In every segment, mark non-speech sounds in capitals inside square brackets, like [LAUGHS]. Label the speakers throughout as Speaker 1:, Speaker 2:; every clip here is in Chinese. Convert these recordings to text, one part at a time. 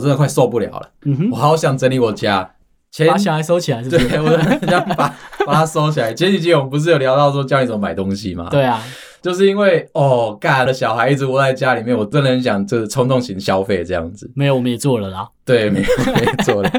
Speaker 1: 真的快受不了了，
Speaker 2: 嗯哼
Speaker 1: 我，好想整理我家。前
Speaker 2: 把小孩收起来是不
Speaker 1: [LAUGHS]
Speaker 2: 是？
Speaker 1: 对，我啊的要把 [LAUGHS] 把它收起来。前几集我们不是有聊到说教你怎么买东西吗？，
Speaker 2: 对啊，
Speaker 1: 就是因为哦，干了小孩一直窝在家里面，我真的很想就是冲动型消费这样子。
Speaker 2: 没有，我们也做了啦。
Speaker 1: 对，没有
Speaker 2: [LAUGHS]
Speaker 1: 没错的。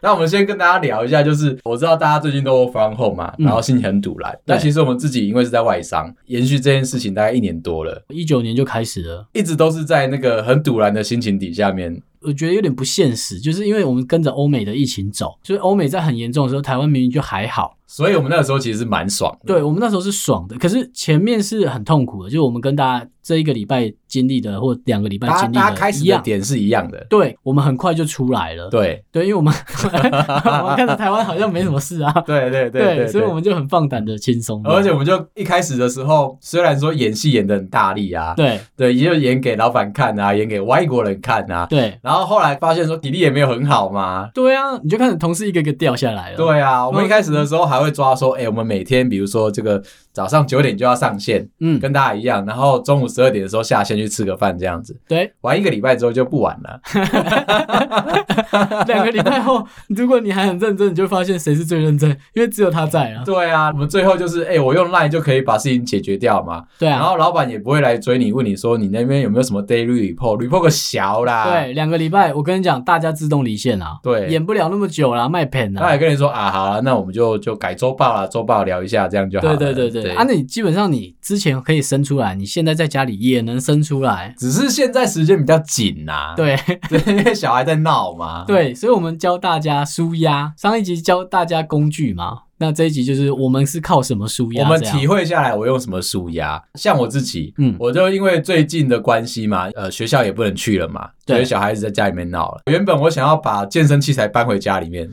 Speaker 1: 那我们先跟大家聊一下，就是我知道大家最近都 work from home 嘛，
Speaker 2: 嗯
Speaker 1: 然后心情很堵然。那、其实我们自己因为是在外商，延续这件事情大概一年多了，
Speaker 2: 一九年就开始了，
Speaker 1: 一直都是在那个很堵然的心情底下面。
Speaker 2: 我觉得有点不现实，就是因为我们跟着欧美的疫情走，所以欧美在很严重的时候，台湾明明就还好。
Speaker 1: 所以我们那个时候其实是蛮爽的，
Speaker 2: 对我们那时候是爽的，可是前面是很痛苦的，就是我们跟大家这一个礼拜经历的或两个礼拜
Speaker 1: 大家
Speaker 2: 经历
Speaker 1: 大家开
Speaker 2: 的
Speaker 1: 始
Speaker 2: 一
Speaker 1: 的
Speaker 2: 样。
Speaker 1: 点是一样的，
Speaker 2: 对，我们很快就出来了。
Speaker 1: 对，
Speaker 2: 对，因为我们我们看到台湾好像没什么事啊，
Speaker 1: 对 [LAUGHS] 对对对，
Speaker 2: 所以
Speaker 1: 对
Speaker 2: 我们就很放胆的轻松的。
Speaker 1: 而且我们就一开始的时候，虽然说演戏演的很大力啊，
Speaker 2: 对
Speaker 1: 对，也有演给老板看啊，演给外国人看啊，
Speaker 2: 对
Speaker 1: 然后后来发现说体力也没有很好嘛。
Speaker 2: 对啊，你就看着同事一个一个掉下来了。
Speaker 1: 对啊，我们一开始的时候还会抓说，哎、我们每天比如说这个早上九点就要上线，
Speaker 2: 嗯，
Speaker 1: 跟大家一样，然后中午十二点的时候下线去吃个饭这样子，
Speaker 2: 对，
Speaker 1: 玩一个礼拜之后就不玩了。
Speaker 2: [LAUGHS] 两个礼拜后，如果你还很认真，你就会发现谁是最认真，因为只有他在啊。
Speaker 1: 对啊，我们最后就是，哎、我用 LINE 就可以把事情解决掉嘛，
Speaker 2: 对
Speaker 1: 然
Speaker 2: 啊，
Speaker 1: 后老板也不会来追你，问你说你那边有没有什么 daily report，report 个小啦，
Speaker 2: 对，两个礼拜，我跟你讲，大家自动离线啊，
Speaker 1: 啊对，
Speaker 2: 演不了那么久啦，卖片
Speaker 1: 他
Speaker 2: 啦。
Speaker 1: 也跟你说啊，好了，那我们就就改周报啦，周报聊一下，这样就好
Speaker 2: 对
Speaker 1: 了。
Speaker 2: 对对对，啊，那你基本上你之前可以生出来，你现在在家里也能生出来。
Speaker 1: 只是现在时间比较紧呐、
Speaker 2: 对
Speaker 1: 对，因为小孩在闹嘛。，
Speaker 2: 对，所以我们教大家舒压，上一集教大家工具嘛，那这一集就是我们是靠什么舒压？
Speaker 1: 我们
Speaker 2: 这样
Speaker 1: 体会下来，我用什么舒压？像我自己， [LAUGHS]
Speaker 2: 嗯
Speaker 1: 我就因为最近的关系嘛，呃，学校也不能去了嘛，
Speaker 2: 对
Speaker 1: 所以小孩子在家里面闹了。原本我想要把健身器材搬回家里面，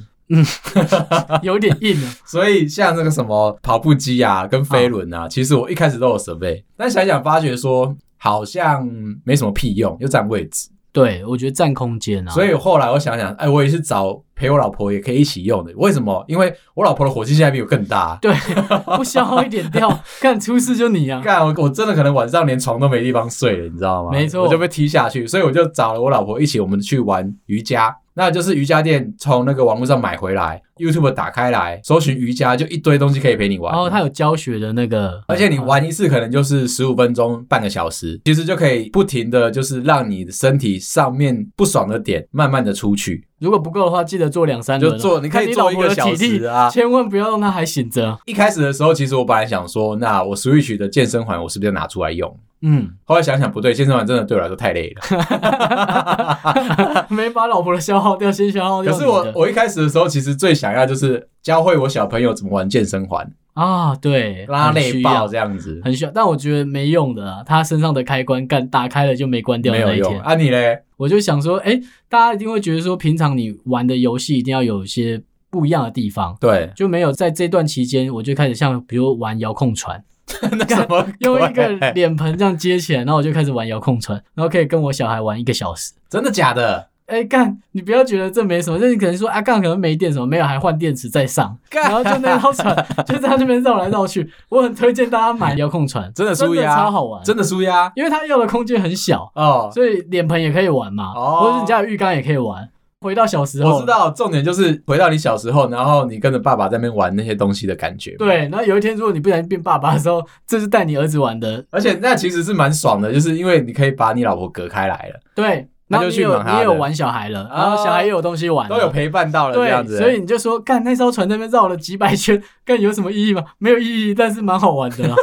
Speaker 2: 有点硬啊。
Speaker 1: 所以像那个什么跑步机啊，跟飞轮啊，其实我一开始都有设备，但想想发觉说好像没什么屁用，又占位置。
Speaker 2: 对，我觉得占空间啊。
Speaker 1: 所以后来我想想，哎，我也是找陪我老婆也可以一起用的。为什么？因为我老婆的火气现在比我更大。
Speaker 2: 对， [LAUGHS] 不消耗一
Speaker 1: [LAUGHS]
Speaker 2: 点掉，干出事就你啊。
Speaker 1: 干，我我真的可能晚上连床都没地方睡了，你知道吗？
Speaker 2: 没错
Speaker 1: 我就被踢下去，所以我就找了我老婆一起，我们去玩瑜伽。那就是瑜伽垫从那个网络上买回来，YouTube 打开来，搜寻瑜伽，就一堆东西可以陪你玩。
Speaker 2: 然后他有教学的那个，
Speaker 1: 而且你玩一次可能就是十五分钟、半个小时，其实就可以不停的就是让你的身体上面不爽的点慢慢的出去。
Speaker 2: 如果不够的话，记得做两三轮啊。
Speaker 1: 就做你可以
Speaker 2: 看
Speaker 1: 做
Speaker 2: 老
Speaker 1: 一
Speaker 2: 婆
Speaker 1: 个
Speaker 2: 的
Speaker 1: 小
Speaker 2: 体力
Speaker 1: 时啊
Speaker 2: 千万不要让他还醒着。
Speaker 1: 一开始的时候，其实我本来想说，那我 Switch 的健身环我是不是要拿出来用？
Speaker 2: 嗯，
Speaker 1: 后来想想不对，健身环真的对我来说太累了。
Speaker 2: [LAUGHS] [LAUGHS] 没把老婆的消耗掉，先消耗掉
Speaker 1: 可
Speaker 2: 你
Speaker 1: 是
Speaker 2: 的。
Speaker 1: 我我一开始的时候，其实最想要就是教会我小朋友怎么玩健身环，
Speaker 2: 啊，对，
Speaker 1: 拉
Speaker 2: 很
Speaker 1: 内
Speaker 2: 需
Speaker 1: 爆
Speaker 2: 要，
Speaker 1: 这样子，
Speaker 2: 很需要。但我觉得没用的啊，他身上的开关干打开了就没关掉
Speaker 1: 没
Speaker 2: 的
Speaker 1: 有
Speaker 2: 那一
Speaker 1: 用
Speaker 2: 天。
Speaker 1: 啊！你嘞，
Speaker 2: 我就想说，哎，大家一定会觉得说，平常你玩的游戏一定要有一些不一样的地方。 [LAUGHS]，
Speaker 1: 对
Speaker 2: 就没有在这段期间，我就开始像比如玩遥控船，
Speaker 1: 那什么 [LAUGHS] 鬼
Speaker 2: 用一个脸盆这样接起来，然后我就开始玩遥控船，然后可以跟我小孩玩一个小时。
Speaker 1: 真的假的？
Speaker 2: 哎、干，你不要觉得这没什么，就是你可能说啊，干可能没电什么，没有还换电池再上，然后就那
Speaker 1: [LAUGHS]
Speaker 2: 条船就在那边绕来绕去。我很推荐大家买遥
Speaker 1: [LAUGHS]
Speaker 2: 控船，
Speaker 1: 真的
Speaker 2: 真
Speaker 1: 舒
Speaker 2: 的
Speaker 1: 压，
Speaker 2: 超好玩，
Speaker 1: 真
Speaker 2: 的，
Speaker 1: 的舒压
Speaker 2: 因为它要的空间很小，
Speaker 1: 哦。
Speaker 2: 所以脸盆也可以玩嘛，
Speaker 1: 哦
Speaker 2: 或者是你家的浴缸也可以玩。回到小时候，
Speaker 1: 我知，道，重点就是回到你小时候，然后你跟着爸爸在那边玩那些东西的感觉。，
Speaker 2: 对。然后有一天，如果你不小心变爸爸的时候，这是带你儿子玩的，
Speaker 1: 而且那其实是蛮爽的，就是因为你可以把你老婆隔开来了，
Speaker 2: 对。
Speaker 1: 那
Speaker 2: 然
Speaker 1: 就
Speaker 2: 后你
Speaker 1: 去
Speaker 2: 有
Speaker 1: 忙他
Speaker 2: 你也有
Speaker 1: 的
Speaker 2: 玩小孩了，
Speaker 1: 啊
Speaker 2: 然后小孩也有东西玩了，
Speaker 1: 都有陪伴到了这样
Speaker 2: 哎对，
Speaker 1: 子。
Speaker 2: 所以你就说，干那艘船那边绕了几百圈，干有什么意义吗？没有意义，但是蛮好玩的啦，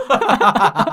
Speaker 1: [LAUGHS]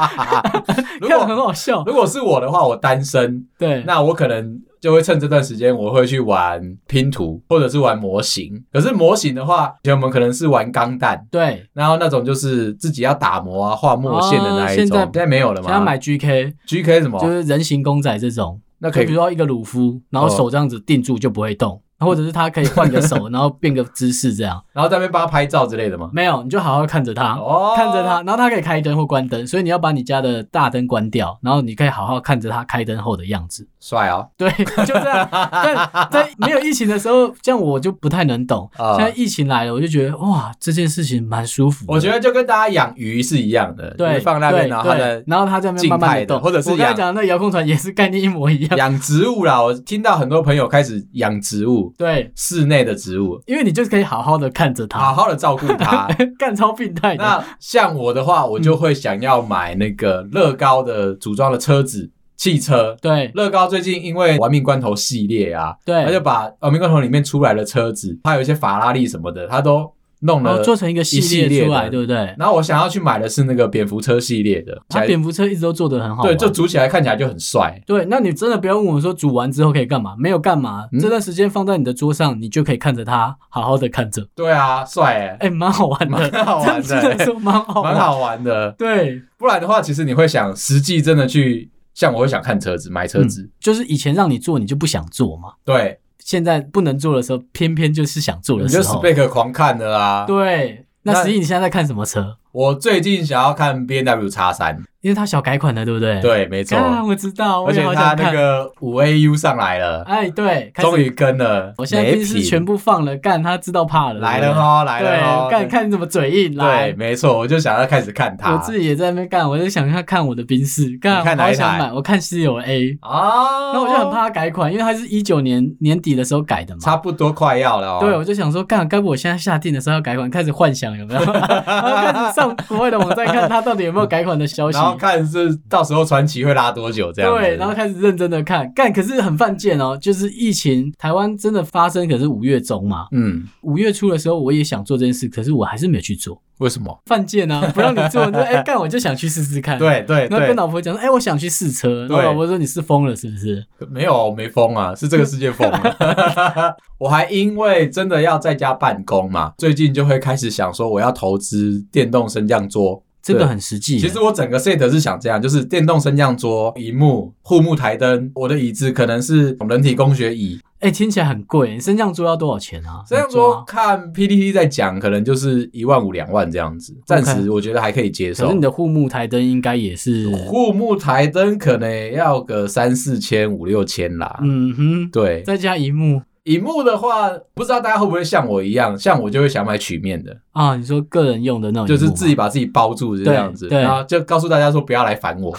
Speaker 1: 如
Speaker 2: 看很
Speaker 1: 果
Speaker 2: 好笑。
Speaker 1: 如果是我的话，我单身，
Speaker 2: 对，
Speaker 1: 那我可能就会趁这段时间，我会去玩拼图或者是玩模型。可是模型的话，以前我们可能是玩钢弹，
Speaker 2: 对，
Speaker 1: 然后那种就是自己要打磨啊、画墨线的那一种。
Speaker 2: 哦现在
Speaker 1: 现在没有了
Speaker 2: 想要
Speaker 1: 吗？
Speaker 2: 买 GK
Speaker 1: GK 什么？
Speaker 2: 就是人形公仔这种，
Speaker 1: 哦那可
Speaker 2: 就比如
Speaker 1: 以
Speaker 2: 说一个鲁夫，然后
Speaker 1: 哦
Speaker 2: 手这样子定住就不会动，或者是它可以换
Speaker 1: [LAUGHS]
Speaker 2: 个手，然后变个姿势这样。
Speaker 1: 然后在那边帮他拍照之类的吗？
Speaker 2: 没有，你就好好看着它，
Speaker 1: 哦
Speaker 2: 看着它，然后它可以开灯或关灯，所以你要把你家的大灯关掉，然后你可以好好看着它开灯后的样子。
Speaker 1: 帅哦，
Speaker 2: [LAUGHS] 对，就这样。但在没有疫情的时候，这样我就不太能懂。
Speaker 1: 啊
Speaker 2: 现在疫情来了，我就觉得哇，这件事情蛮舒服的。
Speaker 1: 我觉得就跟大家养鱼是一样的，就
Speaker 2: 对，
Speaker 1: 是放那边，
Speaker 2: 对
Speaker 1: 然后它
Speaker 2: 对
Speaker 1: 的
Speaker 2: 然后它在那边慢
Speaker 1: 静
Speaker 2: 慢
Speaker 1: 态
Speaker 2: 地
Speaker 1: 的
Speaker 2: 动，
Speaker 1: 或者是
Speaker 2: 我刚才
Speaker 1: 养
Speaker 2: 讲的那遥控船也是概念一模一
Speaker 1: [LAUGHS]
Speaker 2: 样。
Speaker 1: 养植物啦。我听到很多朋友开始养植物，
Speaker 2: 对，
Speaker 1: 室内的植物，
Speaker 2: 因为你就是可以好好的看着
Speaker 1: 好
Speaker 2: 它，
Speaker 1: 好的照顾它。
Speaker 2: [LAUGHS] 干超病态的。
Speaker 1: 啊那像我的话，我就会想要买那个乐高的组装的车子、汽车。
Speaker 2: 对
Speaker 1: 乐高最近因为《玩命关头》系列啊，
Speaker 2: 对，
Speaker 1: 他就把《玩命关头》里面出来的车子，它有一些法拉利什么的，它都弄
Speaker 2: 然
Speaker 1: 了
Speaker 2: 后。哦做成一个系
Speaker 1: 一系列
Speaker 2: 列出
Speaker 1: 的
Speaker 2: 来，对不对？
Speaker 1: 然后我想要去买的是那个蝙蝠车系列的，
Speaker 2: 它蝙蝠车一直都做得很好
Speaker 1: 对，
Speaker 2: 玩。
Speaker 1: 就组起来看起来就很帅。
Speaker 2: 对，那你真的不要问我说煮完之后可以干嘛？没有干嘛，
Speaker 1: 嗯
Speaker 2: 这段时间放在你的桌上，你就可以看着它，好好的看着，
Speaker 1: 对啊，帅哎、
Speaker 2: 哎、蛮好玩的，
Speaker 1: 蛮好玩的
Speaker 2: 真的说蛮好玩，
Speaker 1: 蛮好玩的。
Speaker 2: 对，
Speaker 1: 不然的话，其实你会想实际真的去，像我会想看车子，买车子。
Speaker 2: 就是以前让你做你就不想做嘛，
Speaker 1: 对，
Speaker 2: 现在不能做的时候，偏偏就是想做
Speaker 1: 你
Speaker 2: 的
Speaker 1: 就
Speaker 2: 时候，
Speaker 1: spec 狂看的啦。
Speaker 2: 对。那
Speaker 1: 那
Speaker 2: 十一，你现在在看什么车？
Speaker 1: 我最近想要看 B N W 叉三，
Speaker 2: 因为它小改款了，对不对？，
Speaker 1: 对，没错。
Speaker 2: 啊，我知道，我
Speaker 1: 而
Speaker 2: 也
Speaker 1: 且
Speaker 2: 好
Speaker 1: 它
Speaker 2: 想
Speaker 1: 那
Speaker 2: 看。
Speaker 1: 个五 A U 上来了，
Speaker 2: 哎，对，开始
Speaker 1: 终于跟了。
Speaker 2: 我现在
Speaker 1: 没
Speaker 2: 电视
Speaker 1: 品
Speaker 2: 全部放了，干他知道怕了，
Speaker 1: 来
Speaker 2: 对
Speaker 1: 了
Speaker 2: 不对
Speaker 1: 哈，来了哈。
Speaker 2: 对，干看你怎么嘴硬
Speaker 1: 对，
Speaker 2: 来。
Speaker 1: 没错，我就想要开始看它。
Speaker 2: 我自己也在那边干，我就想要看我的宾士，干
Speaker 1: 你看
Speaker 2: 我
Speaker 1: 哪
Speaker 2: 好
Speaker 1: 一台
Speaker 2: 想买，我看稀有 A，
Speaker 1: 啊，
Speaker 2: 然后我就很，怕它改款，因为它是一九年年底的时候改的嘛。
Speaker 1: 差不多快要了哦。
Speaker 2: 对，我就想说，干，该不我现在下定的时候要改款，开始幻想有没有？ [LAUGHS] 然后开始上国外的网站看它到底有没有改款的
Speaker 1: [LAUGHS]
Speaker 2: 消息
Speaker 1: 然。后看是到时候传奇会拉多久这样子。
Speaker 2: 对，然后开始认真的看，干，可是很犯贱哦，就是疫情，台湾真的发生，可是五月中嘛，
Speaker 1: 嗯，
Speaker 2: 五月初的时候我也想做这件事，可是我还是没有去做。
Speaker 1: 为什么？
Speaker 2: 犯贱啊，不让你做，你就哎干、我就想去试试看。，
Speaker 1: 对对
Speaker 2: 然后跟
Speaker 1: 对，
Speaker 2: 老婆讲说，哎、我想去试车，然后
Speaker 1: 对
Speaker 2: 老婆说你是疯了是不是？
Speaker 1: 没有我没疯啊，是这个世界疯 [LAUGHS] 了。我还因为真的要在家办公嘛，最近就会开始想说我要投资电动升降桌。
Speaker 2: 这个
Speaker 1: 对
Speaker 2: 很实际耶。
Speaker 1: 其实我整个 set 是想这样，就是电动升降桌、荧幕、护目台灯，我的椅子可能是人体工学椅。
Speaker 2: 哎、听起来很贵，升降桌要多少钱啊？
Speaker 1: 升降
Speaker 2: 你
Speaker 1: 桌
Speaker 2: 啊，
Speaker 1: 看 PPT 在讲，可能就是一万五、两万这样子，暂
Speaker 2: OK
Speaker 1: 时我觉得还可以接
Speaker 2: 可
Speaker 1: 受
Speaker 2: 是你。的护目台灯应该也是，
Speaker 1: 护目台灯可能也要个三四千、五六千啦。
Speaker 2: 嗯哼，
Speaker 1: 对，
Speaker 2: 再加一幕
Speaker 1: 荧幕的话，不知道大家会不会像我一样，像我就会想买曲面的，
Speaker 2: 啊，你说个人用的哦那种荧幕
Speaker 1: 就
Speaker 2: 吗，
Speaker 1: 是自己把自己包住这样子，
Speaker 2: 对对
Speaker 1: 然后就告诉大家说不要来烦
Speaker 2: [LAUGHS]
Speaker 1: 我。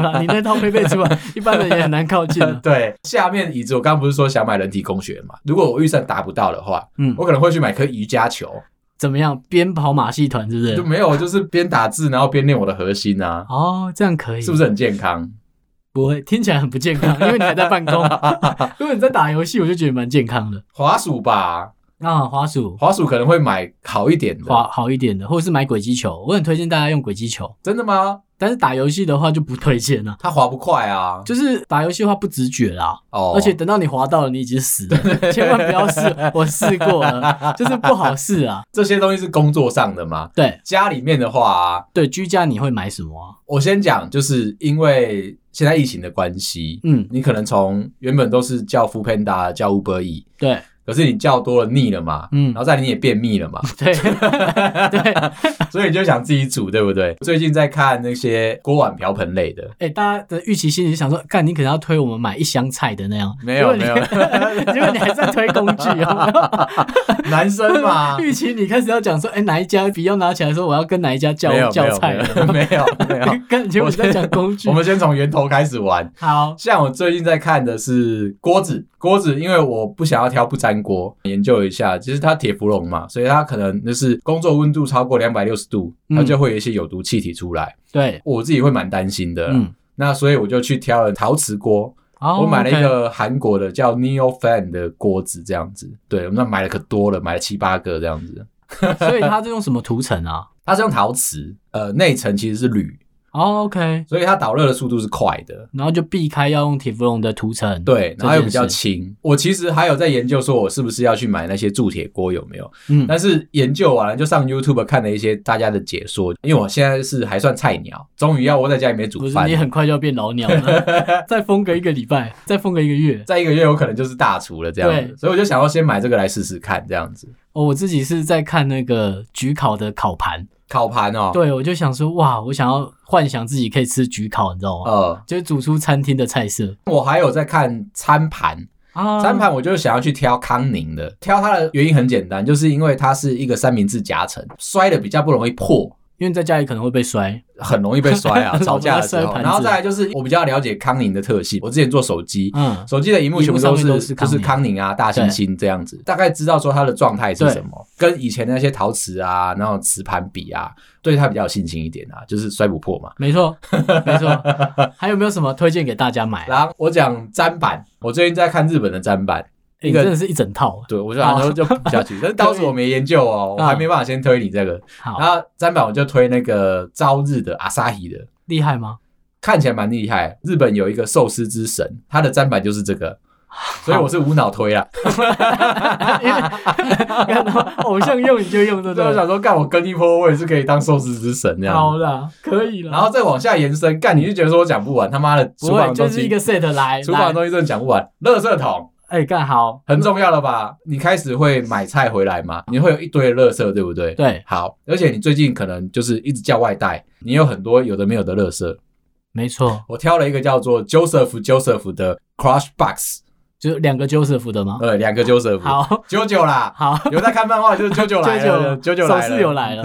Speaker 1: [LAUGHS]
Speaker 2: 啦，你那套配备出来，一般人也很难靠近啊。
Speaker 1: 对，下面椅子我刚刚不是说想买人体工学嘛？如果我预算达不到的话，
Speaker 2: 嗯
Speaker 1: 我，可能会去买颗瑜伽球，
Speaker 2: 怎么样？边跑马戏团是不？
Speaker 1: 就是没有，就是边打字然后边练我的核心啊，
Speaker 2: 哦，这样可以，
Speaker 1: 是不是很健康？
Speaker 2: 不会听起来很不健
Speaker 1: [LAUGHS]
Speaker 2: 康？因为你还在办公。如果你在打游戏，我就觉得蛮健康的。
Speaker 1: 滑鼠吧，
Speaker 2: 啊，滑鼠
Speaker 1: 滑鼠可能会买好一点
Speaker 2: 滑
Speaker 1: 的，
Speaker 2: 好一点的，或者是买轨迹球，我很推荐大家用轨迹球。
Speaker 1: 真的吗？
Speaker 2: 但是打游戏的话就不推荐了，
Speaker 1: 它滑不快啊，
Speaker 2: 就是打游戏的话不直觉啦，
Speaker 1: 哦，
Speaker 2: 而且等到你滑到了，你已经死了，千万不要试，我试过了，就是不好试啊。
Speaker 1: 这些东西是工作上的嘛，
Speaker 2: 对
Speaker 1: 家里面的话、啊。
Speaker 2: 对，居家你会买什么啊？
Speaker 1: 我先讲，就是因为现在疫情的关系，
Speaker 2: 嗯，
Speaker 1: 你可能从原本都是叫 f o o Panda、叫 Uber E，
Speaker 2: 对
Speaker 1: 可是你叫多了腻了嘛，
Speaker 2: 嗯
Speaker 1: 然后再来你也便秘
Speaker 2: [LAUGHS]
Speaker 1: 了嘛，
Speaker 2: 对对，哎、
Speaker 1: 所以你就想自己煮，对不对？最近在看那些锅碗瓢盆类
Speaker 2: [LAUGHS]
Speaker 1: 的，
Speaker 2: 哎大家的预期心里想说，干你可能要推我们买一箱菜的那样，
Speaker 1: 没有
Speaker 2: 结
Speaker 1: 没
Speaker 2: 果
Speaker 1: 有
Speaker 2: 你， [LAUGHS] 结果你还在推工具哦。，
Speaker 1: 男生嘛
Speaker 2: 预期你开始要讲说，哎、哪一家笔要拿起来说，我要跟哪一家
Speaker 1: 没
Speaker 2: 叫
Speaker 1: 有
Speaker 2: 叫菜
Speaker 1: 没有没有没
Speaker 2: [LAUGHS]
Speaker 1: 有，
Speaker 2: 感觉我在讲工具
Speaker 1: 我。们先从源头开始玩。
Speaker 2: 好，
Speaker 1: 像我最近在看的是锅子，锅子，因为我不想要挑不粘锅，研究一下，其实它铁氟龙嘛，所以它可能就是工作温度超过两百六十度，它
Speaker 2: 嗯
Speaker 1: 就会有一些有毒气体出来，
Speaker 2: 对，
Speaker 1: 我自己会蛮担心的。
Speaker 2: 嗯，
Speaker 1: 那所以我就去挑了陶瓷锅，
Speaker 2: 哦
Speaker 1: 呃我买了一
Speaker 2: OK
Speaker 1: 个韩国的叫 Neofan 的锅子，这样子，对，我们那买了可多了，买了七八个这样子。
Speaker 2: 所以它是用什么涂层啊？
Speaker 1: 它是用陶瓷，呃，内层其实是铝，
Speaker 2: 哦，OK，
Speaker 1: 所以它导热的速度是快的。
Speaker 2: 然后就避开要用铁氟龙的涂层。，
Speaker 1: 对，然后又比较
Speaker 2: 这件事
Speaker 1: 轻。我其实还有在研究，说我是不是要去买那些铸铁锅有没有？
Speaker 2: 嗯，
Speaker 1: 但是研究完了，就上 YouTube 看了一些大家的解说，因为我现在是还算菜鸟，终于要窝在家里面
Speaker 2: 不
Speaker 1: 煮
Speaker 2: 是
Speaker 1: 饭
Speaker 2: 你。很快就要变老鸟
Speaker 1: [LAUGHS]
Speaker 2: 了，再封个一个礼拜，再封个一个月。
Speaker 1: 在一个月有可能就是大厨了这样
Speaker 2: 对
Speaker 1: 子，所以我就想要先买这个来试试看这样子。
Speaker 2: 哦，我自己是在看那个焗烤的烤盘，
Speaker 1: 烤盘哦，
Speaker 2: 对我就想说，哇，我想要幻想自己可以吃焗烤，你知道吗？
Speaker 1: 呃，
Speaker 2: 就是煮出餐厅的菜色
Speaker 1: 我还有在看餐盘，
Speaker 2: 啊
Speaker 1: 餐盘我就想要去挑康宁的，挑它的原因很简单，就是因为它是一个三明治夹层，摔的比较不容易破，
Speaker 2: 因为在家里可能会被摔，
Speaker 1: 很容易被摔
Speaker 2: [LAUGHS]
Speaker 1: 啊， [LAUGHS] 吵架的时
Speaker 2: 老婆在摔
Speaker 1: 候。
Speaker 2: 盘子
Speaker 1: 然后再来就是我比较了解康宁的特性，我之前做手机。
Speaker 2: 嗯，
Speaker 1: 手机的荧幕全部都
Speaker 2: 荧幕上面都
Speaker 1: 是
Speaker 2: 是康
Speaker 1: 就
Speaker 2: 宁
Speaker 1: 是康宁啊、大猩猩这样子，大概知道说它的状态是什么，跟以前那些陶瓷啊、那种瓷盘比啊，对它比较有信心一点啊，就是摔不破嘛。
Speaker 2: 没错
Speaker 1: [LAUGHS]
Speaker 2: 没错。还有没有什么推荐给大家买啊？
Speaker 1: 然后我讲砧板，我最近在看日本的砧板，
Speaker 2: 欸
Speaker 1: 一个
Speaker 2: 真的是一整套啊，
Speaker 1: 对我就想说就补下
Speaker 2: [LAUGHS]
Speaker 1: 去，但是当时我没研究哦，我还没办法先推你这个。然
Speaker 2: 嗯好
Speaker 1: 后砧板我就推那个朝日的阿萨希的，
Speaker 2: 厉害
Speaker 1: [LAUGHS]
Speaker 2: 吗？
Speaker 1: 看起来蛮厉害。日本有一个寿司之神，他的砧板就是这
Speaker 2: [LAUGHS]
Speaker 1: 个，所以我是无脑推啊。
Speaker 2: 因为看到偶像用你就用，对不
Speaker 1: 所啊以我
Speaker 2: 对？
Speaker 1: 想说，干我跟一波，我也是可以当寿司之神这
Speaker 2: 好
Speaker 1: 样。
Speaker 2: 啦，可以了。
Speaker 1: 啊然后再往下延伸，干你就觉得说我讲不完，他妈的厨
Speaker 2: 不
Speaker 1: 房
Speaker 2: 会
Speaker 1: 的
Speaker 2: 就
Speaker 1: 东
Speaker 2: 是一
Speaker 1: 西
Speaker 2: 个，set 来，
Speaker 1: 厨房的
Speaker 2: 来
Speaker 1: 东西真的讲不完。垃圾桶
Speaker 2: 哎干好，
Speaker 1: 很重要了吧？你开始会买菜回来嘛？你会有一堆的垃圾，对不对？
Speaker 2: 对，
Speaker 1: 好，而且你最近可能就是一直叫外带，你有很多有的没有的垃圾。
Speaker 2: 没错，
Speaker 1: 我挑了一个叫做 Joseph Joseph 的 Crush Box，
Speaker 2: 就是两个 Joseph 的吗？
Speaker 1: 呃，两个 Joseph，
Speaker 2: 好
Speaker 1: 九九啦，
Speaker 2: 好， [LAUGHS]
Speaker 1: 有在看漫画就是九九来了，九九
Speaker 2: 手
Speaker 1: 来了，
Speaker 2: 势有来了，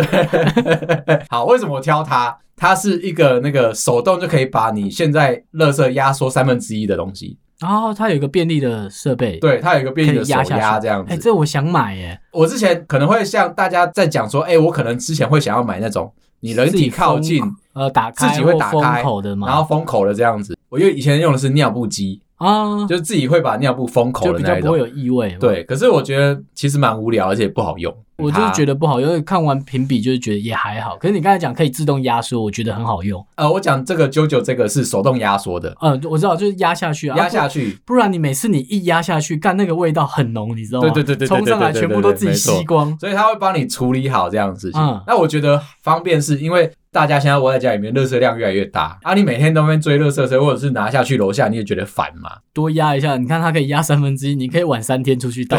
Speaker 1: 好，为什么我挑它？它是一个那个手动就可以把你现在垃圾压缩三分之一的东西，
Speaker 2: 然后它有一个便利的设备，，
Speaker 1: 对，它有一个便利的手
Speaker 2: 可以压下
Speaker 1: 压
Speaker 2: 去
Speaker 1: 这样
Speaker 2: 哎，
Speaker 1: 子。
Speaker 2: 这我想买耶，
Speaker 1: 我之前可能会像大家在讲说，哎、我可能之前会想要买那种你人
Speaker 2: 自
Speaker 1: 体
Speaker 2: 己
Speaker 1: 靠
Speaker 2: 封
Speaker 1: 近，
Speaker 2: 呃，打开
Speaker 1: 自己会打
Speaker 2: 或封
Speaker 1: 开
Speaker 2: 口的嘛，
Speaker 1: 然后封口的这样子。我因为以前用的是尿布机，
Speaker 2: 啊，
Speaker 1: 就是自己会把尿布封口
Speaker 2: 就
Speaker 1: 的
Speaker 2: 比较
Speaker 1: 那一
Speaker 2: 不会
Speaker 1: 种。
Speaker 2: 有异味，，
Speaker 1: 对，可是我觉得其实蛮无聊，而且不好用。
Speaker 2: 我就是觉得不好，因为看完评比就是觉得也还好，可是你刚才讲可以自动压缩，我觉得很好用，
Speaker 1: 它，呃，我讲这个啾啾这个是手动压缩的，
Speaker 2: 嗯，我知道就是压下去啊，
Speaker 1: 压下去。
Speaker 2: 不然你每次你一压下去，干那个味道很浓，你知道吗？
Speaker 1: 对对对对对对
Speaker 2: 冲上来全部都自己吸光。
Speaker 1: 所以它会帮你处理好这样的事情。
Speaker 2: 嗯
Speaker 1: 那我觉得方便是因为大家现在窝在家里面，垃圾量越来越大啊，你每天都在追垃圾车，或者是拿下去楼下，你也觉得烦嘛。
Speaker 2: 多压一下，你看它可以压三分之一，你可以晚三天
Speaker 1: [LAUGHS]
Speaker 2: 出去倒。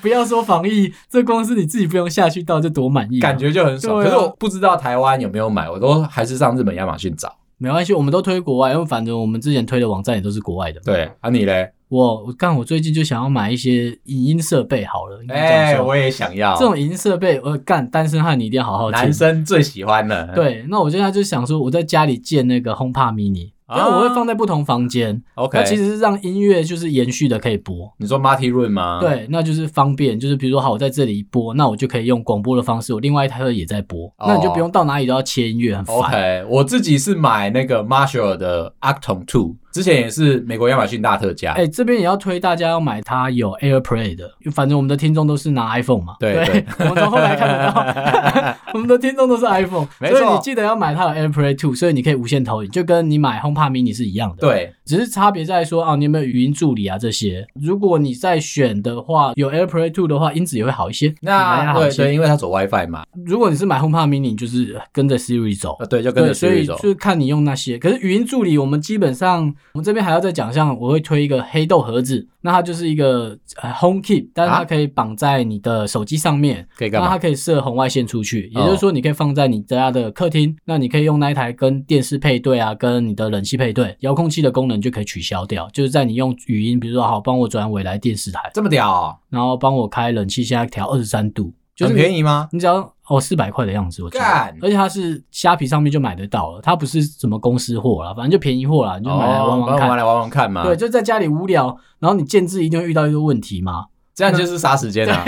Speaker 2: 不要说防疫，这光是你自己不用下去倒就多满意了。
Speaker 1: 感觉就很爽。
Speaker 2: 对啊
Speaker 1: 可是我不知道台湾有没有买，我都还是上日本亚马逊找。
Speaker 2: 没关系，我们都推国外，因为反正我们之前推的网站也都是国外的。
Speaker 1: 对啊，你嘞？
Speaker 2: 我我干，我最近就想要买一些影音设备好了。应该这样
Speaker 1: 哎、
Speaker 2: 说
Speaker 1: 我也想要。
Speaker 2: 这种影音设备，我干单身汉你一定要好好听
Speaker 1: 男生最喜欢了。，
Speaker 2: 对，那我现在就想说，我在家里建那个 HomePod Mini，因为我会放在不同房间。
Speaker 1: ，OK。
Speaker 2: 那其实是让音乐就是延续的可以播。
Speaker 1: 你说 Marty Run 吗？，
Speaker 2: 对，那就是方便，就是比如说，好，我在这里播，那我就可以用广播的方式，我另外一台也在播，那你就不用到哪里都要切音乐，很烦。
Speaker 1: 哦 OK，我自己是买那个 Marshall 的 Acton Two，之前也是美国亚马逊大特价。
Speaker 2: 哎、这边也要推大家要买它有 AirPlay 的，因为反正我们的听众都是拿 iPhone 嘛，
Speaker 1: 对对
Speaker 2: 我们从后台看得
Speaker 1: [LAUGHS]
Speaker 2: 到，我们的听众都是 iPhone，
Speaker 1: 没
Speaker 2: 所以
Speaker 1: 错
Speaker 2: 你记得要买它有 AirPlay Two，所以你可以无线投影，就跟你买 HomePod Mini 是一样的。
Speaker 1: 对，
Speaker 2: 只是差别在说啊，你有没有语音助理啊这些？如果你在选的话，有 AirPlay Two 的话，音质也会好一些，品牌也
Speaker 1: 那
Speaker 2: 好一
Speaker 1: 对
Speaker 2: 些
Speaker 1: 对，因为它走 WiFi 嘛，
Speaker 2: 如果你是买 HomePod Mini，你就是跟着 Siri 走
Speaker 1: 呃，。对，就跟
Speaker 2: 对，
Speaker 1: 着
Speaker 2: 所以
Speaker 1: Siri 走
Speaker 2: 就。是看你用那些。可是语音助理，我们基本上我们这边还要再讲，像我会推一个黑豆盒子，那它就是一个呃 HomeKeep，但是它
Speaker 1: 啊
Speaker 2: 可以绑在你的手机上面，
Speaker 1: 可以干
Speaker 2: 那它
Speaker 1: 嘛？
Speaker 2: 可以设红外线出去，也
Speaker 1: 哦
Speaker 2: 就是说你可以放在你家的客厅，那你可以用那一台跟电视配对啊，跟你的冷气配对，遥控器的功能就可以取消掉，就是在你用语音，比如说好帮我转未来电视台，
Speaker 1: 这么屌哦、
Speaker 2: 然后帮我开冷气，现在调二十三度，就是
Speaker 1: 很
Speaker 2: 你
Speaker 1: 便宜吗？
Speaker 2: 你只要哦四百块的样子，我记得
Speaker 1: 干，
Speaker 2: 而且它是虾皮上面就买得到了，它不是什么公司货啦，反正就便宜货啦，你就买来
Speaker 1: 哦
Speaker 2: 玩玩
Speaker 1: 玩
Speaker 2: 看。
Speaker 1: 来玩玩看嘛。
Speaker 2: 对，，就在家里无聊，然后你建制一定会遇到一个问题嘛。 [LAUGHS]
Speaker 1: 这样就是杀时间啊。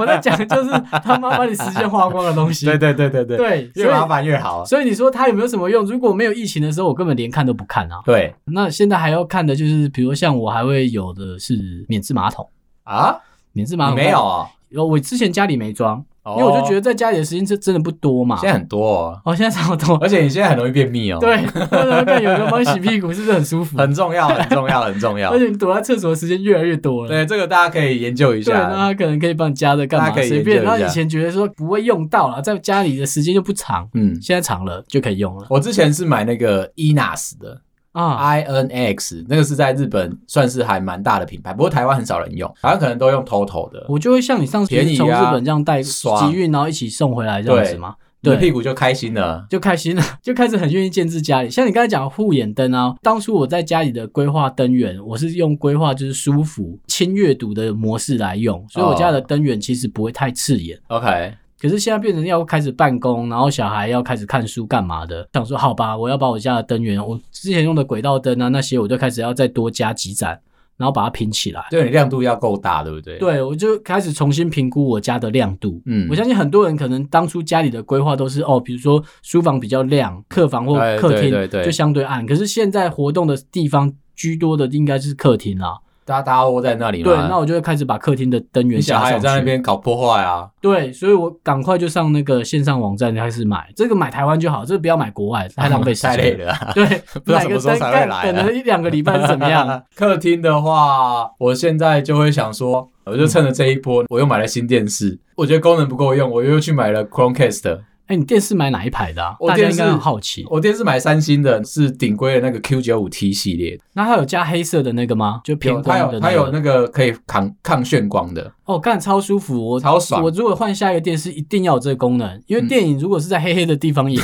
Speaker 2: 我在讲就是他妈把你时间花光的东
Speaker 1: [LAUGHS]
Speaker 2: 西。
Speaker 1: 对对对对对，
Speaker 2: 对，
Speaker 1: 越麻烦越好。
Speaker 2: 所以。所以你说它有没有什么用？如果没有疫情的时候，我根本连看都不看啊。
Speaker 1: 对
Speaker 2: 那现在还要看的就是，比如像我还会有的是免治马桶，
Speaker 1: 啊，
Speaker 2: 免治
Speaker 1: 你
Speaker 2: 马桶呃
Speaker 1: 没有啊？
Speaker 2: 有，我之前家里没装，
Speaker 1: 因
Speaker 2: 因为我就觉得在家里的时间就真的不多嘛。
Speaker 1: 现在很多、
Speaker 2: [LAUGHS]
Speaker 1: 哦，
Speaker 2: 哦，现在差不多。
Speaker 1: 而且你现在很容易便秘
Speaker 2: [LAUGHS]
Speaker 1: 哦。
Speaker 2: 对，，那然后看有个帮你洗屁股，是不是很舒服？
Speaker 1: 很重要，很重要，很重要
Speaker 2: 而。且你躲在厕所的时间越来越多了。
Speaker 1: 对，这个大家可以研究一
Speaker 2: 对，那
Speaker 1: 下。
Speaker 2: 他可能可以帮你加着干
Speaker 1: 大家
Speaker 2: 嘛
Speaker 1: 可以
Speaker 2: 随便。
Speaker 1: 研究
Speaker 2: 然
Speaker 1: 一下
Speaker 2: 后以前觉得说不会用到了，在家里的时间就不长，
Speaker 1: 嗯，
Speaker 2: 现在长了就可以用了
Speaker 1: 我之前是买那个 Inas 的，
Speaker 2: 啊。
Speaker 1: I N X 那个是在日本算是还蛮大的品牌，不过台湾很少人用，台湾可能都用 TOTO 的。
Speaker 2: 我就会像你上次
Speaker 1: 便宜啊
Speaker 2: 从日本这样带
Speaker 1: 爽
Speaker 2: 集运，然后一起送回来这样子吗？
Speaker 1: 你的
Speaker 2: 对，
Speaker 1: 屁股就开心了，
Speaker 2: 就开心了，就开始很愿意建置家里。像你刚才讲的护眼灯啊，当初我在家里的规划灯源，我是用规划就是舒服、轻阅读的模式来用，所以
Speaker 1: 哦
Speaker 2: 我家的灯源其实不会太刺眼。
Speaker 1: OK，
Speaker 2: 可是现在变成要开始办公，然后小孩要开始看书干嘛的，想说好吧，我要把我家的灯源，我之前用的轨道灯啊那些，我就开始要再多加几盏，然后把它拼起来。
Speaker 1: 就你亮度要够大，对不对？，
Speaker 2: 对，我就开始重新评估我家的亮度。
Speaker 1: 嗯
Speaker 2: 我相信很多人可能当初家里的规划都是哦，比如说书房比较亮，客房或
Speaker 1: 哎
Speaker 2: 客
Speaker 1: 对
Speaker 2: 厅
Speaker 1: 对对
Speaker 2: 就相对暗。可是现在活动的地方居多的应该是客厅啊。
Speaker 1: 大家大家窝在那里嘛。
Speaker 2: 对，那我就会开始把客厅的灯源
Speaker 1: 你小
Speaker 2: 加
Speaker 1: 孩也
Speaker 2: 上去。
Speaker 1: 在那边搞破坏啊，
Speaker 2: 对，所以我赶快就上那个线上网站开始买，这个买台湾就好，这个不要买国外， [LAUGHS] 太浪费时间。
Speaker 1: 太累。了啊、 [LAUGHS]
Speaker 2: 对，
Speaker 1: 知道
Speaker 2: 买
Speaker 1: 什
Speaker 2: 个
Speaker 1: 么时候
Speaker 2: 灯
Speaker 1: 才会
Speaker 2: 干
Speaker 1: 来啊
Speaker 2: 等了一两个礼拜是怎
Speaker 1: [LAUGHS]
Speaker 2: 么样？
Speaker 1: 客厅的话，我现在就会想说，我就趁着这一波，我又买了新电视，我觉得功能不够用，我又去买了 Chromecast。
Speaker 2: 哎，你电视买哪一排的啊？
Speaker 1: 我
Speaker 2: 大家
Speaker 1: 电
Speaker 2: 应
Speaker 1: 视
Speaker 2: 该很好奇。
Speaker 1: 我电视买三星的，是顶规的那个 Q 9 5 T 系列，
Speaker 2: 那它有加黑色的那个吗？就偏
Speaker 1: 有它
Speaker 2: 光的
Speaker 1: 有
Speaker 2: 那
Speaker 1: 它
Speaker 2: 个？
Speaker 1: 有那个可以抗抗眩光的，
Speaker 2: 哦，干超舒服，我
Speaker 1: 超爽嗯
Speaker 2: 我如果换下一个电视，一定要有这个功能，因为电影如果是在黑黑的地
Speaker 1: [LAUGHS]
Speaker 2: 方演，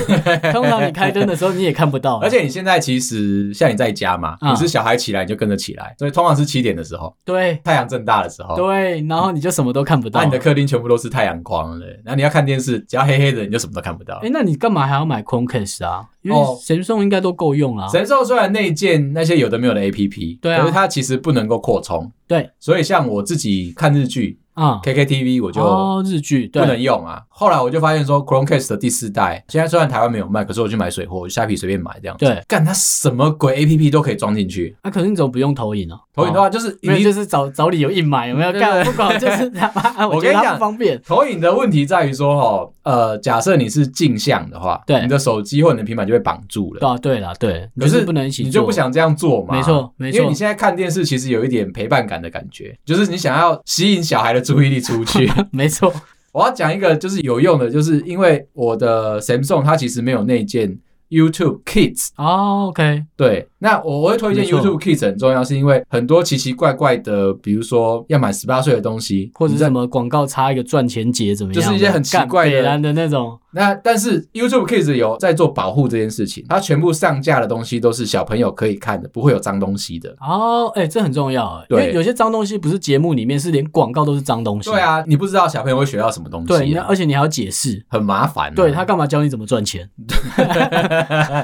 Speaker 2: 通常你开灯的时候你也看不到。啊
Speaker 1: 而且你现在其实像你在家嘛，
Speaker 2: 哦嗯
Speaker 1: 你是小孩起来你就跟着起来，所以通常是七点的时候，
Speaker 2: 对
Speaker 1: 太阳正大的时候。
Speaker 2: 对，然后你就什么都看不
Speaker 1: 那、
Speaker 2: 到。
Speaker 1: 你的客厅全部都是太阳光了，然后你要看电视，只要黑黑的，你就什么都看不到
Speaker 2: 哎、。那你干嘛还要买 Chromecast 啊？因为
Speaker 1: 哦
Speaker 2: 神送应该都够用啊啦。
Speaker 1: 神兽虽然内建那些有的没有的 A P P，
Speaker 2: 对啊
Speaker 1: 可是它其实不能够扩充，
Speaker 2: 对，
Speaker 1: 所以像我自己看日剧
Speaker 2: 啊、
Speaker 1: K K T V 我就
Speaker 2: 哦，日剧
Speaker 1: 不能
Speaker 2: 对，
Speaker 1: 用啊。后来我就发现说 Chromecast 的第四代，现在虽然台湾没有卖，可是我去买水货，我虾皮随便买这样子。
Speaker 2: 对，
Speaker 1: 干它什么鬼 A P P 都可以装进去，
Speaker 2: 那、可是你怎么不用投影啊？
Speaker 1: 投影的
Speaker 2: 哦
Speaker 1: 话就是已
Speaker 2: 没有，
Speaker 1: 经
Speaker 2: 就是找找理由硬买，有没有？
Speaker 1: 对
Speaker 2: 干
Speaker 1: 对
Speaker 2: 我不管，就是他妈，啊我
Speaker 1: 我
Speaker 2: 觉
Speaker 1: 跟你
Speaker 2: 得它
Speaker 1: 讲
Speaker 2: 不方便。
Speaker 1: 投影的问题在于说，哦，呃，假设你是镜像的话，
Speaker 2: 对
Speaker 1: 你的手机或你的平板就被绑住了，
Speaker 2: 啊，对了，对，你
Speaker 1: 可
Speaker 2: 就是
Speaker 1: 是
Speaker 2: 不能一起做，
Speaker 1: 你就不想这样做嘛？
Speaker 2: 没错没错
Speaker 1: 因为你现在看电视，其实有一点陪伴感的感觉，就是你想要吸引小孩的注意力出
Speaker 2: [LAUGHS]
Speaker 1: 去。
Speaker 2: [LAUGHS] 没错，
Speaker 1: 我要讲一个就是有用的，就是因为我的 Samsung 它其实没有内建 YouTube Kids。
Speaker 2: 哦，OK，
Speaker 1: 对，那我我会推荐
Speaker 2: 没错
Speaker 1: YouTube Kids 很重要，是因为很多奇奇怪怪的，比如说要满十八岁的东西，
Speaker 2: 或者
Speaker 1: 你
Speaker 2: 是
Speaker 1: 在
Speaker 2: 什么广告插一个赚钱节怎么样的？
Speaker 1: 就是一些很奇
Speaker 2: 干
Speaker 1: 怪的
Speaker 2: 北兰的那种。
Speaker 1: 那但是 YouTube Kids 有在做保护这件事情，它全部上架的东西都是小朋友可以看的，不会有脏东西的。
Speaker 2: 哦，哎、这很重要欸，因
Speaker 1: 对
Speaker 2: 为有些脏东西不是节目里面，是连广告都是脏东西。
Speaker 1: 对，啊，你不知道小朋友会学到什么东
Speaker 2: 对，
Speaker 1: 西
Speaker 2: 你
Speaker 1: 啊、
Speaker 2: 而且你还要解释。
Speaker 1: 很麻烦啊、
Speaker 2: 对他干嘛教你怎么
Speaker 1: [LAUGHS]
Speaker 2: 赚钱？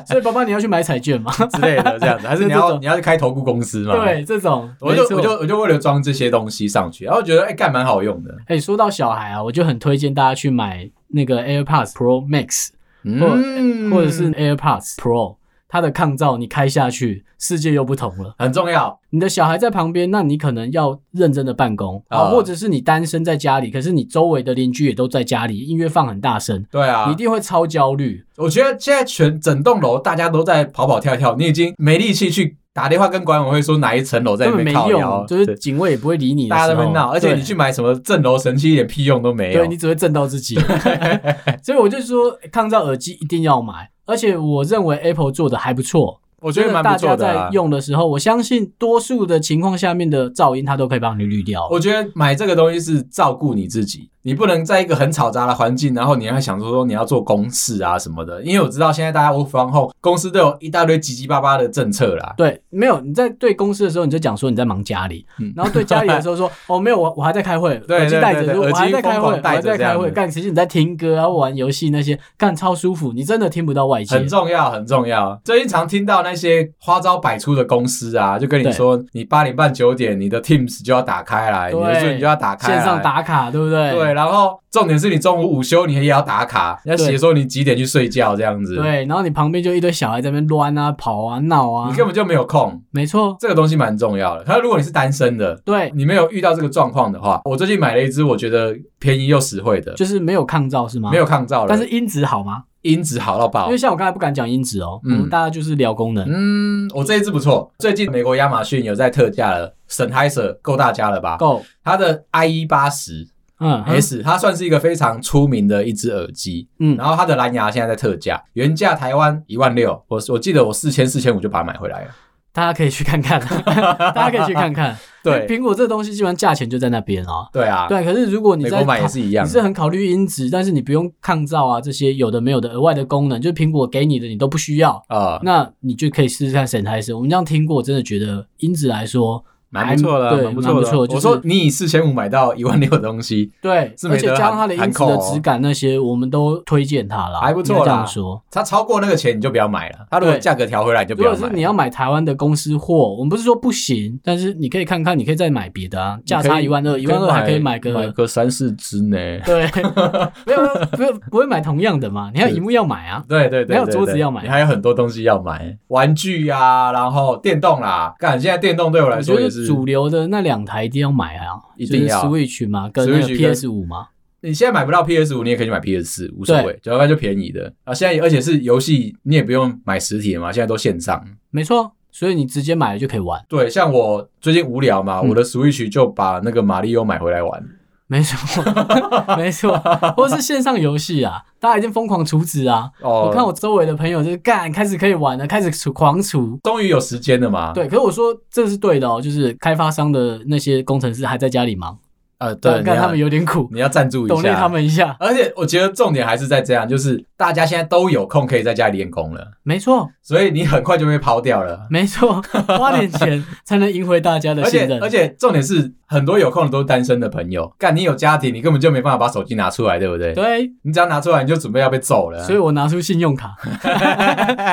Speaker 2: 所以爸爸你要去买彩券嘛？
Speaker 1: [LAUGHS] 之类的这样子，还是你
Speaker 2: 这
Speaker 1: 要
Speaker 2: 种
Speaker 1: 你要去开投顾公司嘛？，
Speaker 2: 对，这种
Speaker 1: 我就
Speaker 2: 没错
Speaker 1: 我就我就为了装这些东西上去，然后觉得哎干蛮好用的，
Speaker 2: 哎、说到小孩啊，我就很推荐大家去买那个 AirPods Pro Max
Speaker 1: 嗯，
Speaker 2: 或者是 AirPods Pro，它的抗噪你开下去，世界又不同了。
Speaker 1: 很重要，
Speaker 2: 你的小孩在旁边，那你可能要认真的办公啊，
Speaker 1: 啊
Speaker 2: 或者是你单身在家里，可是你周围的邻居也都在家里，音乐放很大声，
Speaker 1: 对
Speaker 2: 你
Speaker 1: 啊
Speaker 2: 一，定会超焦虑。
Speaker 1: 我觉得现在全整栋楼大家都在跑跑跳跳，你已经没力气去打电话跟管委会说哪一层楼在
Speaker 2: 根
Speaker 1: 那
Speaker 2: 本
Speaker 1: 边
Speaker 2: 没
Speaker 1: 靠
Speaker 2: 用，
Speaker 1: 腰，
Speaker 2: 就是
Speaker 1: 对
Speaker 2: 警卫也不会理你的时
Speaker 1: 大家
Speaker 2: 候，
Speaker 1: 在那边闹，而且你哦去买什么震楼神器一点屁用都没
Speaker 2: 对，
Speaker 1: 有，
Speaker 2: 对你只会震到
Speaker 1: [LAUGHS]
Speaker 2: 自己。所以我就说，抗噪耳机一定要买，而且我认为 Apple 做的还不错。
Speaker 1: 我
Speaker 2: 我
Speaker 1: 觉得蛮不错
Speaker 2: 大
Speaker 1: 的、
Speaker 2: 家
Speaker 1: 啊
Speaker 2: 在。用的时候，我相信多数的情况下面的噪音，它都可以帮你滤掉。
Speaker 1: 我觉得买这个东西是照顾你自己，你不能在一个很嘈杂的环境，然后你还想说说你要做公事啊什么的。因为我知道现在大家 work from home，公司都有一大堆叽叽巴巴的政策啦。
Speaker 2: 对，没有你在对公司的时候，你就讲说你在忙家里，
Speaker 1: 嗯
Speaker 2: 然后对家里的时候说哦没有，我我还在开会，
Speaker 1: [LAUGHS] 对
Speaker 2: 耳机
Speaker 1: 对
Speaker 2: 戴
Speaker 1: 对
Speaker 2: 着，
Speaker 1: 对
Speaker 2: 说我
Speaker 1: 耳
Speaker 2: 还
Speaker 1: 机
Speaker 2: 在开
Speaker 1: 疯
Speaker 2: 会，
Speaker 1: 狂
Speaker 2: 我
Speaker 1: 戴
Speaker 2: 还
Speaker 1: 着
Speaker 2: 在
Speaker 1: 这
Speaker 2: 开
Speaker 1: 样
Speaker 2: 会，
Speaker 1: 子
Speaker 2: 干，其实你在听歌啊、玩游戏那些，干超舒服，你真的听不到外界
Speaker 1: 很。重要，很重要。最近常听到那些花招百出的公司啊，就跟你说，你八点半九点，你的 Teams 就要打开来，你的
Speaker 2: 对
Speaker 1: Zoom 就要打开来，
Speaker 2: 线上打卡，对不对？
Speaker 1: 对，然后重点是你中午午休你也要打卡，要写说你几点去睡觉这样子。，
Speaker 2: 对，然啊后你旁边就一堆小孩在那边乱啊、跑啊、闹啊
Speaker 1: 你，根本就没有空，
Speaker 2: 没错，
Speaker 1: 这个东西蛮重要的。可是如果你是单身的，
Speaker 2: 对，
Speaker 1: 你没有遇到这个状况的话，我最近买了一支我觉得便宜又实惠的，
Speaker 2: 就是没有抗噪是吗？
Speaker 1: 没，有抗噪了，
Speaker 2: 但是音质好吗？
Speaker 1: 音质好到爆
Speaker 2: 因为。像我刚才不敢讲音质哦，我
Speaker 1: 嗯
Speaker 2: 们大家就是聊功能，
Speaker 1: 嗯，我这一支不错，最近美国亚马逊有在特价了，Sennheiser 够大家了吧？
Speaker 2: 够，
Speaker 1: 它的 IE 八十
Speaker 2: 嗯
Speaker 1: S，它算是一个非常出名的一支耳机，
Speaker 2: 嗯
Speaker 1: 然后它的蓝牙现在在特价，原价台湾一万六，我我记得我四千四千五就把它买回来了。
Speaker 2: 大家可以去
Speaker 1: [LAUGHS]
Speaker 2: 看看，大家可以去看看。
Speaker 1: 对
Speaker 2: 苹果这东西基本上价钱就在那边啊。
Speaker 1: 对啊，
Speaker 2: 对，可是如果你
Speaker 1: 美
Speaker 2: 在
Speaker 1: 国买
Speaker 2: 考
Speaker 1: 也是一样
Speaker 2: 你，是很考虑音质，但是你不用抗噪啊这些有的没有的额外的功能，就是苹果给你的你都不需要，
Speaker 1: 啊，
Speaker 2: 那你就可以试试看 s e n s 我们这样听过，真的觉得音质来说
Speaker 1: 蛮不错的啊，
Speaker 2: 对
Speaker 1: 蛮不
Speaker 2: 蛮
Speaker 1: 错
Speaker 2: 不
Speaker 1: 的啊。
Speaker 2: 错就是
Speaker 1: 我说你以四千五买到一万六的东西，
Speaker 2: 对，
Speaker 1: 是
Speaker 2: 而
Speaker 1: 没
Speaker 2: 且
Speaker 1: 得
Speaker 2: 加上
Speaker 1: 含
Speaker 2: 它的音
Speaker 1: 含
Speaker 2: 质
Speaker 1: 扣
Speaker 2: 的
Speaker 1: 哦
Speaker 2: 质感那些，我们都推荐它啦，
Speaker 1: 还不错
Speaker 2: 应该这
Speaker 1: 啦
Speaker 2: 样说。
Speaker 1: 它超过那个钱你就不要买了。它如果
Speaker 2: 对
Speaker 1: 价格调回来你就不
Speaker 2: 如果
Speaker 1: 要买
Speaker 2: 是。你要买台湾的公司货，我们不是说不行，但是你可以看看，你可以再买别的啊，价差一万二，一万二还可以买
Speaker 1: 买
Speaker 2: 个。
Speaker 1: 个三四支
Speaker 2: [LAUGHS]
Speaker 1: 呢。 [LAUGHS]
Speaker 2: 对，没有没有不不会买同样的嘛，你还有
Speaker 1: 是
Speaker 2: 荧幕要买啊，
Speaker 1: 对对对，
Speaker 2: 还有
Speaker 1: 对
Speaker 2: 桌子
Speaker 1: 对
Speaker 2: 要买
Speaker 1: 你还有很多东西要买，玩具啊，然后电动啦。干，现在电动对我来
Speaker 2: 我觉
Speaker 1: 说
Speaker 2: 得
Speaker 1: 也是。
Speaker 2: 主流的那两台一定要买啊，
Speaker 1: 一定要
Speaker 2: 就是 Switch 嘛，跟那个
Speaker 1: Switch 跟
Speaker 2: PS 五嘛，
Speaker 1: 你现在买不到 PS 五，你也可以去买 PS 四，无所谓，主要它就便宜的。啊，现在而且是游戏，你也不用买实体的嘛，现在都线上。
Speaker 2: 没错，所以你直接买了就可以玩，
Speaker 1: 对，像我最近无聊嘛，
Speaker 2: 嗯
Speaker 1: 我的 Switch 就把那个马里奥买回来玩。[LAUGHS]
Speaker 2: 没错，没错，或者是线上游戏啊，大家已经疯狂储值啊，
Speaker 1: 哦，
Speaker 2: 我看我周围的朋友就是干开始可以玩了，开始储狂储。
Speaker 1: 终于有时间了嘛。，
Speaker 2: 对，可是我说这是对的哦，就是开发商的那些工程师还在家里忙，
Speaker 1: 呃，对，
Speaker 2: 看
Speaker 1: 你
Speaker 2: 他
Speaker 1: 要
Speaker 2: 们有点苦，
Speaker 1: 你要赞助一
Speaker 2: 懂内
Speaker 1: 下
Speaker 2: 他。们一下，
Speaker 1: [LAUGHS] 而且我觉得重点还是在这样，就是大家现在都有空可以在家里练功了，
Speaker 2: 没错，
Speaker 1: 所以你很快就被抛掉 [LAUGHS]
Speaker 2: [LAUGHS]
Speaker 1: 了。
Speaker 2: 没错，花
Speaker 1: [LAUGHS]
Speaker 2: 点钱才能赢回大家的
Speaker 1: 而
Speaker 2: 信
Speaker 1: 且
Speaker 2: 任，
Speaker 1: 而且重点是，很多有空的都是单身的朋友，干你有家庭，你根本就没办法把手机拿出来，对不对？
Speaker 2: 对，
Speaker 1: 你只要拿出来，你就准备要被揍了啊。
Speaker 2: 所以我拿出信
Speaker 1: [LAUGHS]
Speaker 2: 用卡，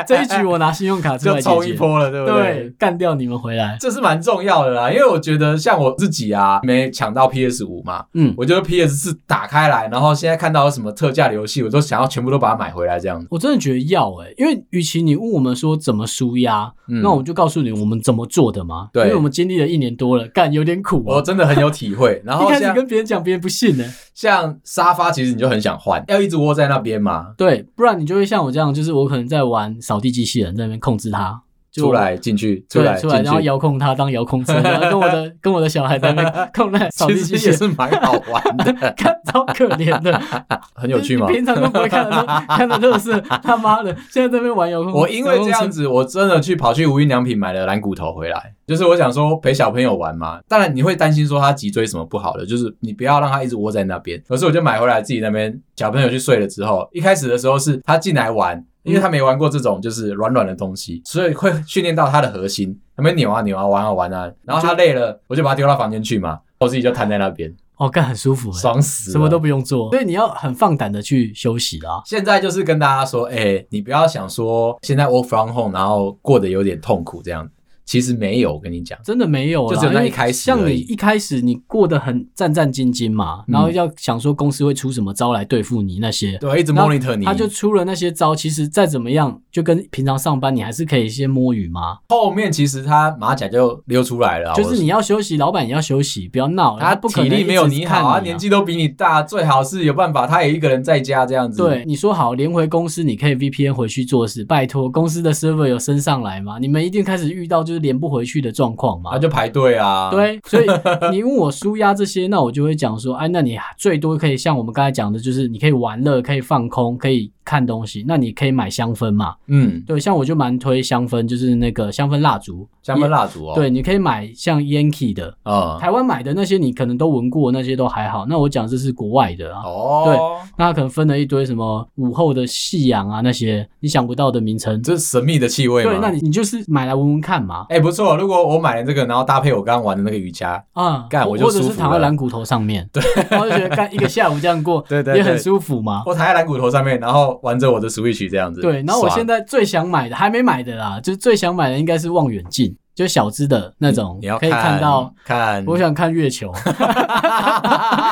Speaker 2: 这一局我拿信用卡出
Speaker 1: 就
Speaker 2: 来
Speaker 1: 冲
Speaker 2: 解
Speaker 1: 一
Speaker 2: 决，
Speaker 1: 波了，对不
Speaker 2: 对，干掉你们回来，
Speaker 1: 这是蛮重要的啦，因为我觉得像我自己啊，没抢到 PS 五嘛，
Speaker 2: 嗯，
Speaker 1: 我觉得 PS 四打开来，然后现在看到有什么特价的游戏，我都想要全部都把它买回来这样子。
Speaker 2: 我真的觉得要哎、因为与其你问我们说怎么舒压，
Speaker 1: 嗯
Speaker 2: 那我们就告诉你我们怎么做的嘛，
Speaker 1: 对
Speaker 2: 因为我们经历了一年多了，干有点苦、
Speaker 1: 我
Speaker 2: 啊。
Speaker 1: 真的很有体会。然
Speaker 2: [LAUGHS] 一
Speaker 1: 后
Speaker 2: 开始
Speaker 1: 像
Speaker 2: 跟别人讲，别人不信呢、
Speaker 1: 像沙发，其实你就很想换，要一直窝在那边嘛，
Speaker 2: 对，不然你就会像我这样，就是我可能在玩扫地机器人，在那边控制它，就
Speaker 1: 出来进去，出
Speaker 2: 对
Speaker 1: 来
Speaker 2: 出
Speaker 1: 进
Speaker 2: 来，然后
Speaker 1: 去。
Speaker 2: 遥控它当遥
Speaker 1: [LAUGHS]
Speaker 2: 控车，然后跟我的跟我的小孩在那边控那台扫
Speaker 1: 其
Speaker 2: 地机器
Speaker 1: 实也
Speaker 2: 人， [LAUGHS]
Speaker 1: 是蛮好玩的，
Speaker 2: 看超可怜的，
Speaker 1: [LAUGHS] 很有趣吗
Speaker 2: 你？平常都不会看
Speaker 1: [LAUGHS]
Speaker 2: 得到，看到乐色，他妈的，现在在那边玩遥 [LAUGHS] 控，
Speaker 1: 我因为这
Speaker 2: 遥
Speaker 1: 样
Speaker 2: 控车
Speaker 1: 子，我真的去跑去无印良品买了蓝骨头回来，就是我想说陪小朋友玩嘛。当然你会担心说他脊椎什么不好的，就是你不要让他一直窝在那边。可是我就买回来自己那边，小朋友去睡了之后，一开始的时候是他进来玩，因为他没玩过这种就是软软的东西，所以会训练到他的核心，他们扭啊扭啊玩啊玩啊，然后他累了，我就把他丢到房间去嘛，我自己就瘫在那边，
Speaker 2: 哦，干很舒服欸，
Speaker 1: 爽死了
Speaker 2: 什么都不用做，所以你要很放胆的去休息啦。
Speaker 1: 现在就是跟大家说，哎、你不要想说现在 work from home，然后过得有点痛苦这样，其实没有，我跟你讲，
Speaker 2: 真的没有啦，
Speaker 1: 就只有那
Speaker 2: 因为
Speaker 1: 一开始
Speaker 2: 像
Speaker 1: 而
Speaker 2: 你
Speaker 1: 已
Speaker 2: 一开始你过得很战战兢兢嘛，
Speaker 1: 嗯
Speaker 2: 然后要想说公司会出什么招来对付你那些，
Speaker 1: 对，一直
Speaker 2: 然后
Speaker 1: monitor 你，
Speaker 2: 他就出了那些招，其实再怎么样，就跟平常上班你还是可以先摸鱼嘛，
Speaker 1: 后面其实他马甲就溜出来了啊，
Speaker 2: 就是
Speaker 1: 我
Speaker 2: 你要休息，老板也要休息，不要闹，
Speaker 1: 他
Speaker 2: 不可
Speaker 1: 体
Speaker 2: 能
Speaker 1: 力没有
Speaker 2: 一直
Speaker 1: 你
Speaker 2: 看
Speaker 1: 好啊，
Speaker 2: 你
Speaker 1: 年纪都比你大，最好是有办法，他也一个人在家这样子，
Speaker 2: 对，，你说好，连回公司你可以 VPN 回去做事，拜托，公司的 server 有升上来吗？你们一定开始遇到就是连不回去的状况嘛
Speaker 1: 他。就排队啊，，
Speaker 2: 对，所以你问我舒压这些，那我就会讲说，哎，那你最多可以像我们刚才讲的，就是你可以玩乐，可以放空，可以看东西，那你可以买香氛嘛。
Speaker 1: 嗯，
Speaker 2: 对，像我就蛮推香氛，就是那个香氛蜡烛。
Speaker 1: 香氛蜡烛哦，，
Speaker 2: 对，你可以买像 Yankee 的，
Speaker 1: 嗯，
Speaker 2: 台湾买的那些你可能都闻过，那些都还好。那我讲这是国外的啊。
Speaker 1: 哦，
Speaker 2: 那它可能分了一堆什么午后的夕阳啊那些你想不到的名称。
Speaker 1: 这是神秘的气味吗？
Speaker 2: 对，那你你就是买来闻闻看嘛，
Speaker 1: 哎、不错，如果我买了这个，然后搭配我刚刚玩的那个瑜伽，
Speaker 2: 啊，
Speaker 1: 干
Speaker 2: 或
Speaker 1: 我就
Speaker 2: 或者
Speaker 1: 舒
Speaker 2: 是
Speaker 1: 服
Speaker 2: 躺在
Speaker 1: 了
Speaker 2: 蓝骨头上面，对，然后就觉得干一个下午这样过，
Speaker 1: [LAUGHS] 对对
Speaker 2: 也很
Speaker 1: 对
Speaker 2: 舒服嘛。
Speaker 1: 我躺在蓝骨头上面，然后玩着我的 Switch 这样子，
Speaker 2: 对，然后我
Speaker 1: 爽啊
Speaker 2: 现在最想买的还没买的啦，就是最想买的应该是望远镜，就小只的那种
Speaker 1: 嗯你要，
Speaker 2: 可以看到。
Speaker 1: 看，嗯
Speaker 2: 我想看月球，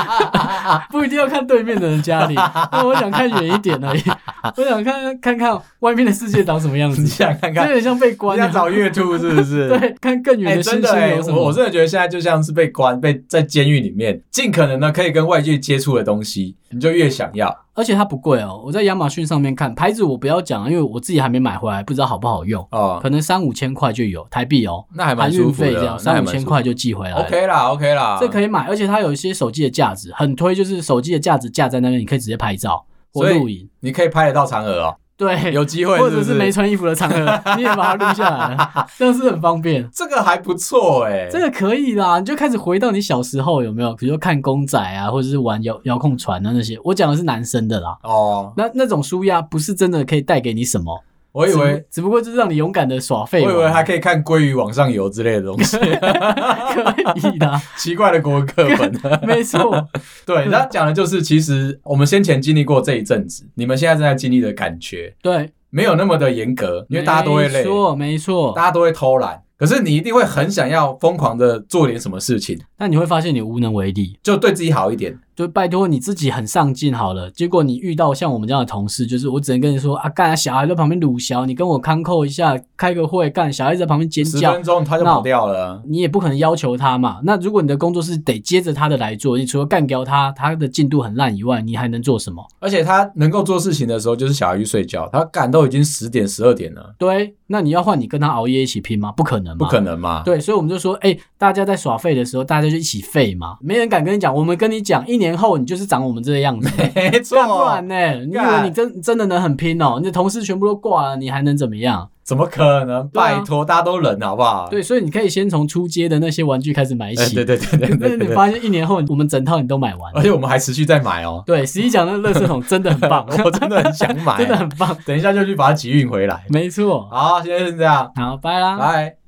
Speaker 2: [LAUGHS] 不一定要看对面的人家
Speaker 1: [LAUGHS]
Speaker 2: 里，那我想看远一点而已。我想看看看外面的世界长什么样子
Speaker 1: 你，想看
Speaker 2: 有
Speaker 1: 看，
Speaker 2: 点像被
Speaker 1: 你
Speaker 2: 关 [LAUGHS]
Speaker 1: 想
Speaker 2: 了。
Speaker 1: 找月兔是不是？
Speaker 2: [LAUGHS] 对，看更远
Speaker 1: 哎、
Speaker 2: 的
Speaker 1: 真
Speaker 2: 星
Speaker 1: 的
Speaker 2: 星
Speaker 1: 哎、
Speaker 2: 有什
Speaker 1: 我我
Speaker 2: 么？
Speaker 1: 真的觉得现在就像是被关被在监狱里面，尽可能的可以跟外界接触的东西，你就越想要。
Speaker 2: 而且它不贵哦，我在亚马逊上面看牌子，我不要讲，啊因为我自己还没买回来，不知道好不好用，
Speaker 1: 哦、
Speaker 2: 可能三五千块就有台币哦，
Speaker 1: 那还蛮
Speaker 2: 含
Speaker 1: 舒
Speaker 2: 运
Speaker 1: 服
Speaker 2: 费
Speaker 1: 的，那
Speaker 2: 这样三
Speaker 1: 还
Speaker 2: 五
Speaker 1: 蛮
Speaker 2: 千
Speaker 1: 舒服
Speaker 2: 块就寄回来了。
Speaker 1: OK 啦，OK 啦，
Speaker 2: 这可以买，而且它有一些手机的架子，很推，就是手机的架子架在那边，你可以直接拍照或
Speaker 1: 所以
Speaker 2: 录影。
Speaker 1: 你可以拍得到嫦娥哦，
Speaker 2: 对，
Speaker 1: 有机会
Speaker 2: 或
Speaker 1: 是
Speaker 2: 者
Speaker 1: 不
Speaker 2: 是没穿衣服的
Speaker 1: [LAUGHS]
Speaker 2: 场合，你也把它录下来，这样是很方便。
Speaker 1: 这个还不错哎、
Speaker 2: 这个可以啦，你就开始回到你小时候有没有？比如说看公仔啊，或者是玩遥遥控船啊那些。我讲的是男生的啦，
Speaker 1: 哦，
Speaker 2: 那那种舒压不是真的可以带给你什么，
Speaker 1: 我以为
Speaker 2: 只只不过就是让你勇敢的耍
Speaker 1: 我
Speaker 2: 废
Speaker 1: 以
Speaker 2: 玩。
Speaker 1: 为
Speaker 2: [LAUGHS]
Speaker 1: 还可以看鲑鱼往上游之类的东西，
Speaker 2: 可以啦，
Speaker 1: 奇怪的国文课本。
Speaker 2: [LAUGHS] 没错，
Speaker 1: 对，他讲的就是，其实我们先前经历过这一阵子，你们现在正在经历的感觉，
Speaker 2: 对，
Speaker 1: 没有那么的严格，因为大家都会累
Speaker 2: 没，错，没错
Speaker 1: 大。家都会偷懒，可是你一定会很想要疯狂的做点什么事情，
Speaker 2: 那你会发现你无能为力，
Speaker 1: 就对自己好一点。
Speaker 2: 就拜托你自己很上进好了，结果你遇到像我们这样的同事，就是我只能跟你说啊，干小孩在旁边鲁小，你跟我看扣一下，开个会，干小孩在旁边尖
Speaker 1: 十
Speaker 2: 叫
Speaker 1: 分，钟他就跑掉了，
Speaker 2: 你也不可能要求他嘛。那如果你的工作是得接着他的来做，你除了干掉他，他的进度很烂以外，你还能做什么？
Speaker 1: 而且他能够做事情的时候就是小孩去睡觉，他赶都已经十点十二点了，
Speaker 2: 对，那你要换你跟他熬夜一起拼吗？不可能嘛，
Speaker 1: 不可能嘛？
Speaker 2: 对，所以我们就说，哎、大家在耍废的时候，大家就一起废嘛，没人敢跟你讲。我们跟你讲，一年后你就是长我们这个样子，
Speaker 1: 没错，
Speaker 2: 干不然呢？你以为
Speaker 1: 啊干
Speaker 2: 你真真的能很拼哦？你的同事全部都挂了，你还能怎么样？
Speaker 1: 怎么可能？
Speaker 2: 对啊
Speaker 1: 拜托，大家都人好不好？
Speaker 2: 对，所以你可以先从出街的那些玩具开始买
Speaker 1: 哎，
Speaker 2: 起。
Speaker 1: 对对对对
Speaker 2: 但是
Speaker 1: 对
Speaker 2: 你
Speaker 1: 对。
Speaker 2: 发现一年后，我们整套你都买
Speaker 1: [LAUGHS]
Speaker 2: 完了
Speaker 1: 而。且我们还持续在买哦，
Speaker 2: 对，十一讲那个垃圾桶真的很棒，
Speaker 1: [LAUGHS] 我真的很想买，
Speaker 2: [LAUGHS] 真的很棒，
Speaker 1: 等一下就去把它集运回来。
Speaker 2: 没错。
Speaker 1: 好，现在是这样，
Speaker 2: 好，拜啦。
Speaker 1: 拜。